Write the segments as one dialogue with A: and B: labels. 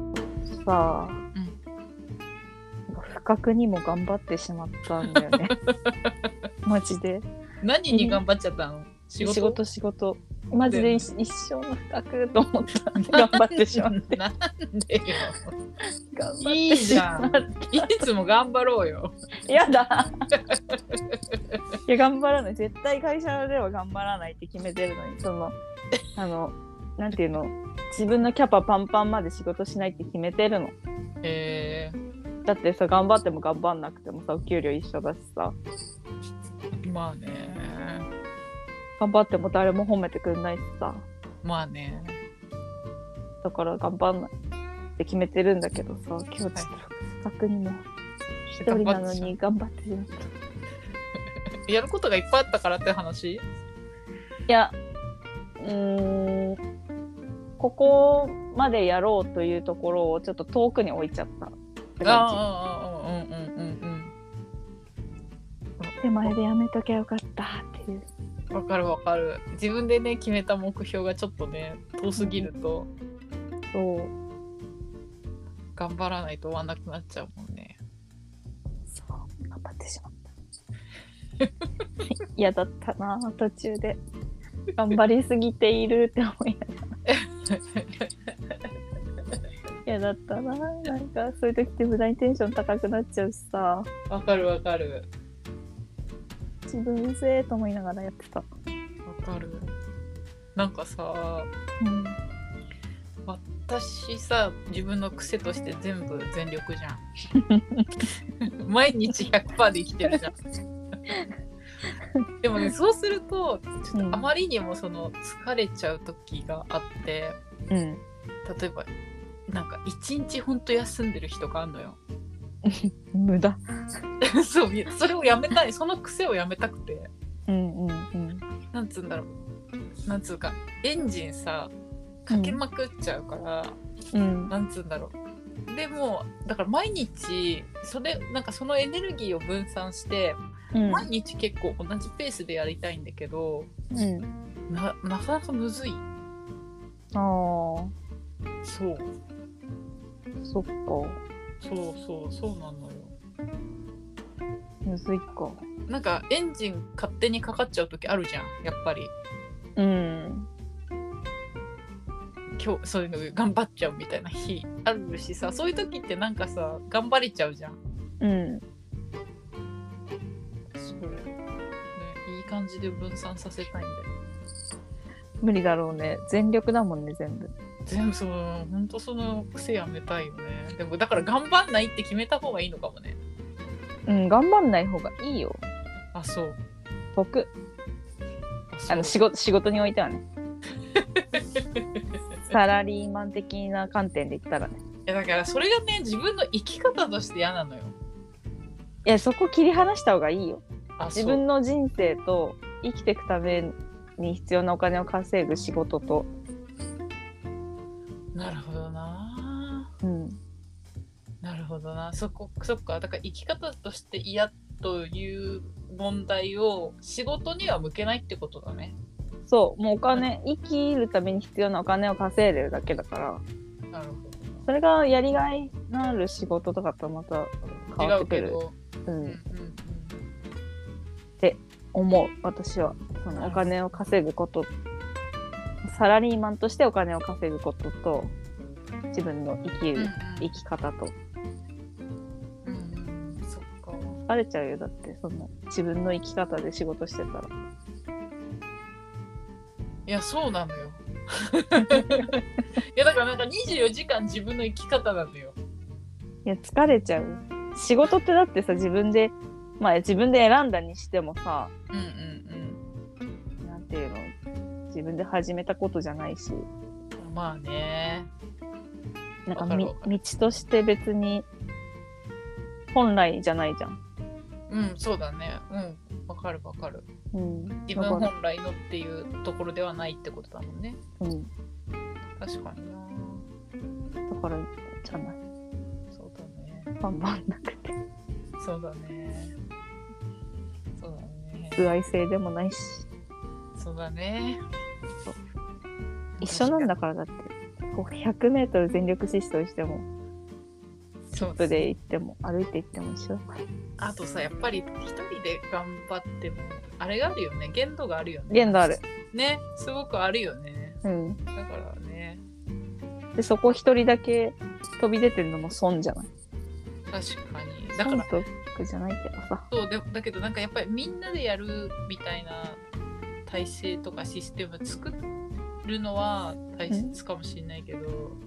A: さ、なん
B: ん
A: か不覚にも頑張ってしまったんだ よねマジで
B: 何に頑張っちゃったの仕事
A: 仕事仕事マジで一一生の不覚と思った頑張ってしま って
B: なんでよ
A: 頑張
B: い
A: って
B: い
A: し
B: じ
A: ま
B: ゃ
A: っ
B: んいつも頑張ろうよ
A: たやだいや頑張らない絶対会社では頑張らないって決めてるのにそのあのなんていうの自分のキャパパンパンまで仕事しないって決めてるの
B: え
A: だってさ頑張っても頑張んなくてもさお給料一緒だしさ
B: ー、まあね
A: 頑張っても誰も褒めてくれないしさ
B: まあね
A: だから頑張んないって決めてるんだけどさ今日ちょっと不覚にも一人なのに頑張ってる
B: やることがいっぱいあったからって話
A: いやうーんここまでやろうというところをちょっと遠くに置いちゃったって感
B: ああうんうんうん
A: じ手前でやめときゃよかったっていう
B: うんわかるわかる自分でね決めた目標がちょっとね遠すぎると
A: そう
B: 頑張らないと終わんなくなっちゃうも んね
A: そう頑張ってしまった 嫌だったな途中で頑張りすぎているって思いながら嫌だったななんかそういう時って無駄にテンション高くなっちゃうしさ
B: わかるわかる
A: 自分うぜえと思いながらやってた、
B: わかるなんかさ
A: うん、
B: 私さ自分の癖として全部全力じゃん毎日100%で生きてるじゃんでもねそうするとちょっとあまりにもその疲れちゃう時があって
A: うん
B: 例えばなんか一日ほんと休んでる日とかあんのよ
A: 無駄
B: そうそれをやめたいその癖をやめたくて
A: うんうんうん
B: なんつうんだろうなんつうかエンジンさかけまくっちゃうから、
A: うん
B: なんつうんだろうでもだから毎日それなんかそのエネルギーを分散して、
A: うん
B: 毎日結構同じペースでやりたいんだけど
A: うん
B: ななかなかむずい
A: ああ
B: そう
A: そっか
B: そうそうそうなのよ
A: むずいか
B: なんかエンジン勝手にかかっちゃう時あるじゃんやっぱり
A: うん
B: 今日そういうの頑張っちゃうみたいな日あるしさそういう時ってなんかさ頑張れちゃうじゃん
A: うん
B: そうねいい感じで分散させたいんだよ
A: 無理だろうね全力だもんね全部
B: 全部その本当その癖やめたいよねでもだから頑張んないって決めた方がいいのかもね
A: うん、頑張んない方がいいよ。
B: あそう
A: 得。あ の仕
B: 事
A: 事仕事においてはね。サラリーマン的な観点で言ったらね。
B: だからそれがね自分の生き方として嫌なのよ
A: いや、そこ切り離した方がいいよ。
B: あ
A: 自分の人生と生きていくために必要なお金を稼ぐ仕事と。
B: そうなるほどな
A: うん。
B: なるほどなそこそっかだから生き方として嫌という問題を仕事には向けないってことだね
A: そう、もうお金、生きるために必要なお金を稼いでるだけだから、
B: なるほ
A: それがやりがいのある仕事とかとまた
B: ど
A: 変
B: な
A: わ
B: 違
A: って
B: う
A: く
B: け
A: る。
B: ど、
A: う
B: うんうん
A: ん。
B: うん、
A: 思う、私は。そのお金を稼ぐことサラリーマンとしてお金を稼ぐことと自分の生き
B: うんう
A: る
B: ん
A: 生き方と
B: うんうんそっか
A: バレちゃうよだってその自分の生き方で仕事してたら
B: いやそうなのよ いやだからなんか24時間自分の生き方なのよ
A: いや疲れちゃう仕事ってだってさ自分でまあ自分で選んだにしてもさ
B: うんうん
A: なんていうの自分で始めたことじゃないし
B: うんまあね
A: なんか
B: わかる
A: み
B: わか
A: 道として別に本来じゃないじゃん。
B: うんそうだねうんわかるわかる
A: うん、
B: 自分
A: だから
B: 本来のっていうところではないってことだもんね
A: うん、
B: 確かにな
A: だからじゃない
B: そうだね
A: 頑張んなくて
B: そうだねそうだね
A: 具合性でもないし。
B: そうだね
A: そう一緒なんだからだってこう 100m 全力疾走しても
B: そう
A: プで行っても歩いて行っても一緒
B: あとさやっぱり一人で頑張ってもあれがあるよね限度があるよね
A: 限度ある
B: ねすごくあるよね
A: うん
B: だからね
A: でそこ一人だけ飛び出てるのも損じゃない
B: 確かにだから
A: 損と得じゃないけどさ
B: そうでだけどなんかやっぱりみんなでやるみたいな体制とかシステム作るのは大切かもしれないけど、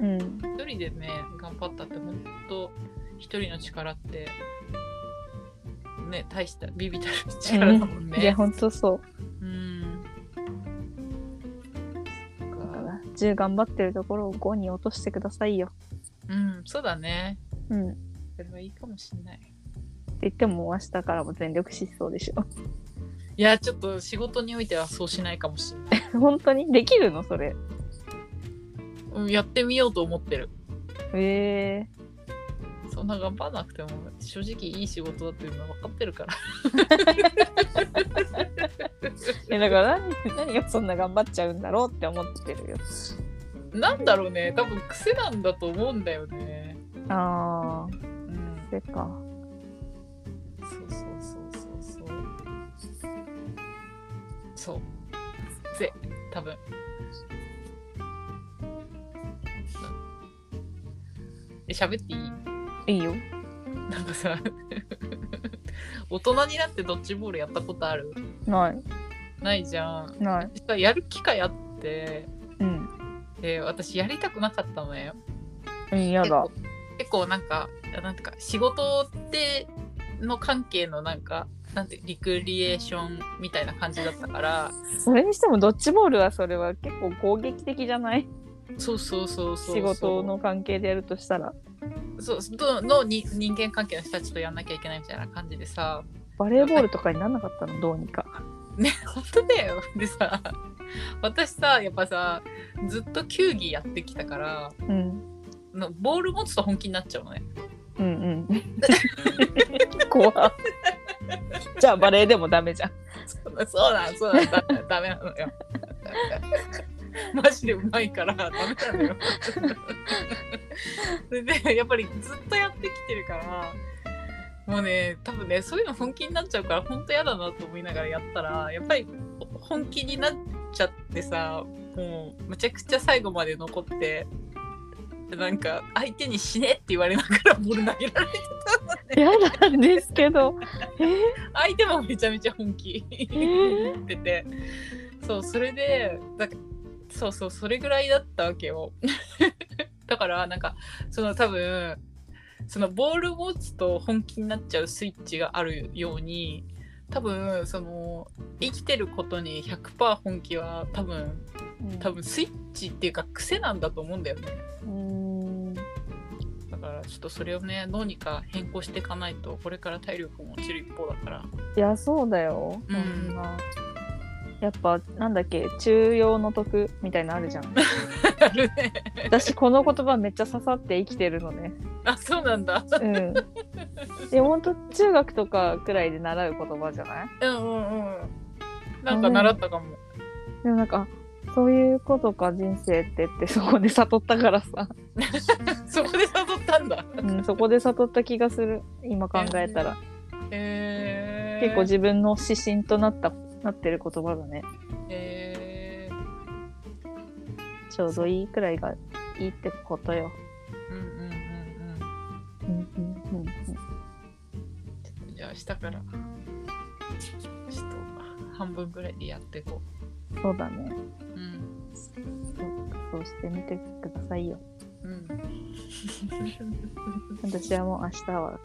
A: うん
B: 一人でね頑張ったって本当一人の力ってね大したビビたる力だもん
A: いや
B: ね。
A: ほんとそう
B: うんそっ
A: だか
B: から
A: 10頑張ってるところを5に落としてくださいよ
B: うん、そうだね。
A: うんって
B: それはいいかもしれない。
A: 言っても明日からも全力疾走でしょ
B: いや、ちょっと仕事においてはそうしないかもしれない
A: 本当にできるのそれ
B: うん。やってみようと思ってる。
A: ええ
B: そんな頑張らなくても正直いい仕事だっていうのは分かってるから。
A: えだから何何をそんな頑張っちゃうんだろうって思ってるよ
B: なんだろうね、多分癖なんだと思うんだよね。
A: ああ
B: うん、
A: それか
B: そうそうそうそうそう。そう。癖、多分。え、喋ってい
A: い
B: い
A: いよ
B: なんかさ大人になってドッジボールやったことある
A: ない
B: ないじゃん
A: ない
B: 実はやる機会あって
A: うん
B: で私やりたくなかったのよ
A: うんやだ
B: 結構結構なんかなんていうか仕事っての関係のなんかなんてリクリエーションみたいな感じだったから
A: それにしてもドッジボールはそれは結構攻撃的じゃない
B: そうそうそうそう
A: 仕事の関係でやるとしたら
B: そうののに人間関係の人たちとやんなきゃいけないみたいな感じでさ
A: バレーボールとかになんなかったのどうにか
B: ね 本当だよでさ私さやっぱさずっと球技やってきたから
A: うん
B: のボール持つと本気になっちゃうのね
A: うんうん怖っじゃあバレーでもダメじゃん
B: そうなんそうなんだダメなのよマジでうまいからダメなのよ それでやっぱりずっとやってきてるからもうね多分ねそういうの本気になっちゃうから本当嫌だなと思いながらやったらやっぱり本気になっちゃってさもうむちゃくちゃ最後まで残ってなんか相手に死ねって言われながらボール投げられてたのね
A: 嫌なんですけどえ
B: 相手もめちゃめちゃ本気
A: ー
B: っててそうそれでだそうそうそれぐらいだったわけよ だからなんかその多分そのボールを打つと本気になっちゃうスイッチがあるように多分その生きてることに100%本気は多分多分スイッチっていうか癖なんだと思うんだよね
A: うん
B: だからちょっとそれをねどうにか変更していかないとこれから体力も落ちる一方だから
A: いやそうだよ、
B: うん
A: そんなやっぱなんだっけ中庸の得みたいなのあるじ ゃん
B: あるね
A: 私この言葉めっちゃ刺さって生きてるのね
B: あそうなんだ
A: うんでもほんと中学とかくらいで習う言葉じゃない
B: うんうんうん。なんか習ったかも。
A: でもなんかそういうことか人生ってってそこで悟ったからさ、
B: そこで悟ったんだ。
A: うん、そこで悟った気がする今考えたら、
B: えー、
A: 結構自分の指針となったなってる言葉だね
B: えー
A: ちょうどいいくらいがいいってことよ、
B: うんうんう
A: う
B: ん
A: んうんうん
B: うん。じゃあ明日からちょっと半分ぐらいでやっていこ
A: うん、そうだね
B: う。うん
A: そうしてみてくださいよ
B: うん。
A: 私はもう明日は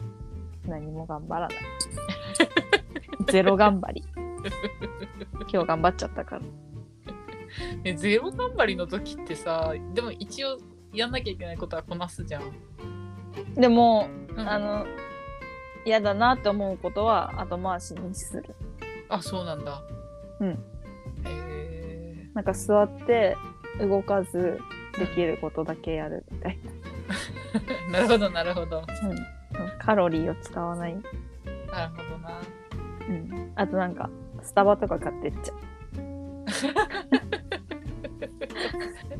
A: 何も頑張らない ゼロ頑張り今日頑張っちゃったから
B: えゼロ頑張りの時ってさ、でも一応やんなきゃいけないことはこなすじゃん。
A: でも
B: うん
A: あの嫌だなって思うことは後回しにする
B: あそうなんだ。
A: うん。
B: え
A: なんか座って動かずできることだけやるみたい
B: ー、 なるほどなるほど。
A: な、うんカロリーを使わない、
B: なるほどな。
A: うん、あとなんかスタバとか買ってっちゃ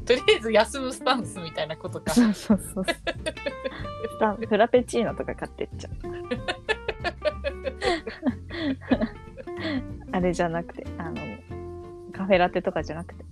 B: とりあえず休むスタンスみたいなことか
A: う。そうそうそうフランフラペチーノとか買ってっちゃうあれじゃなくてあのカフェラテとかじゃなくて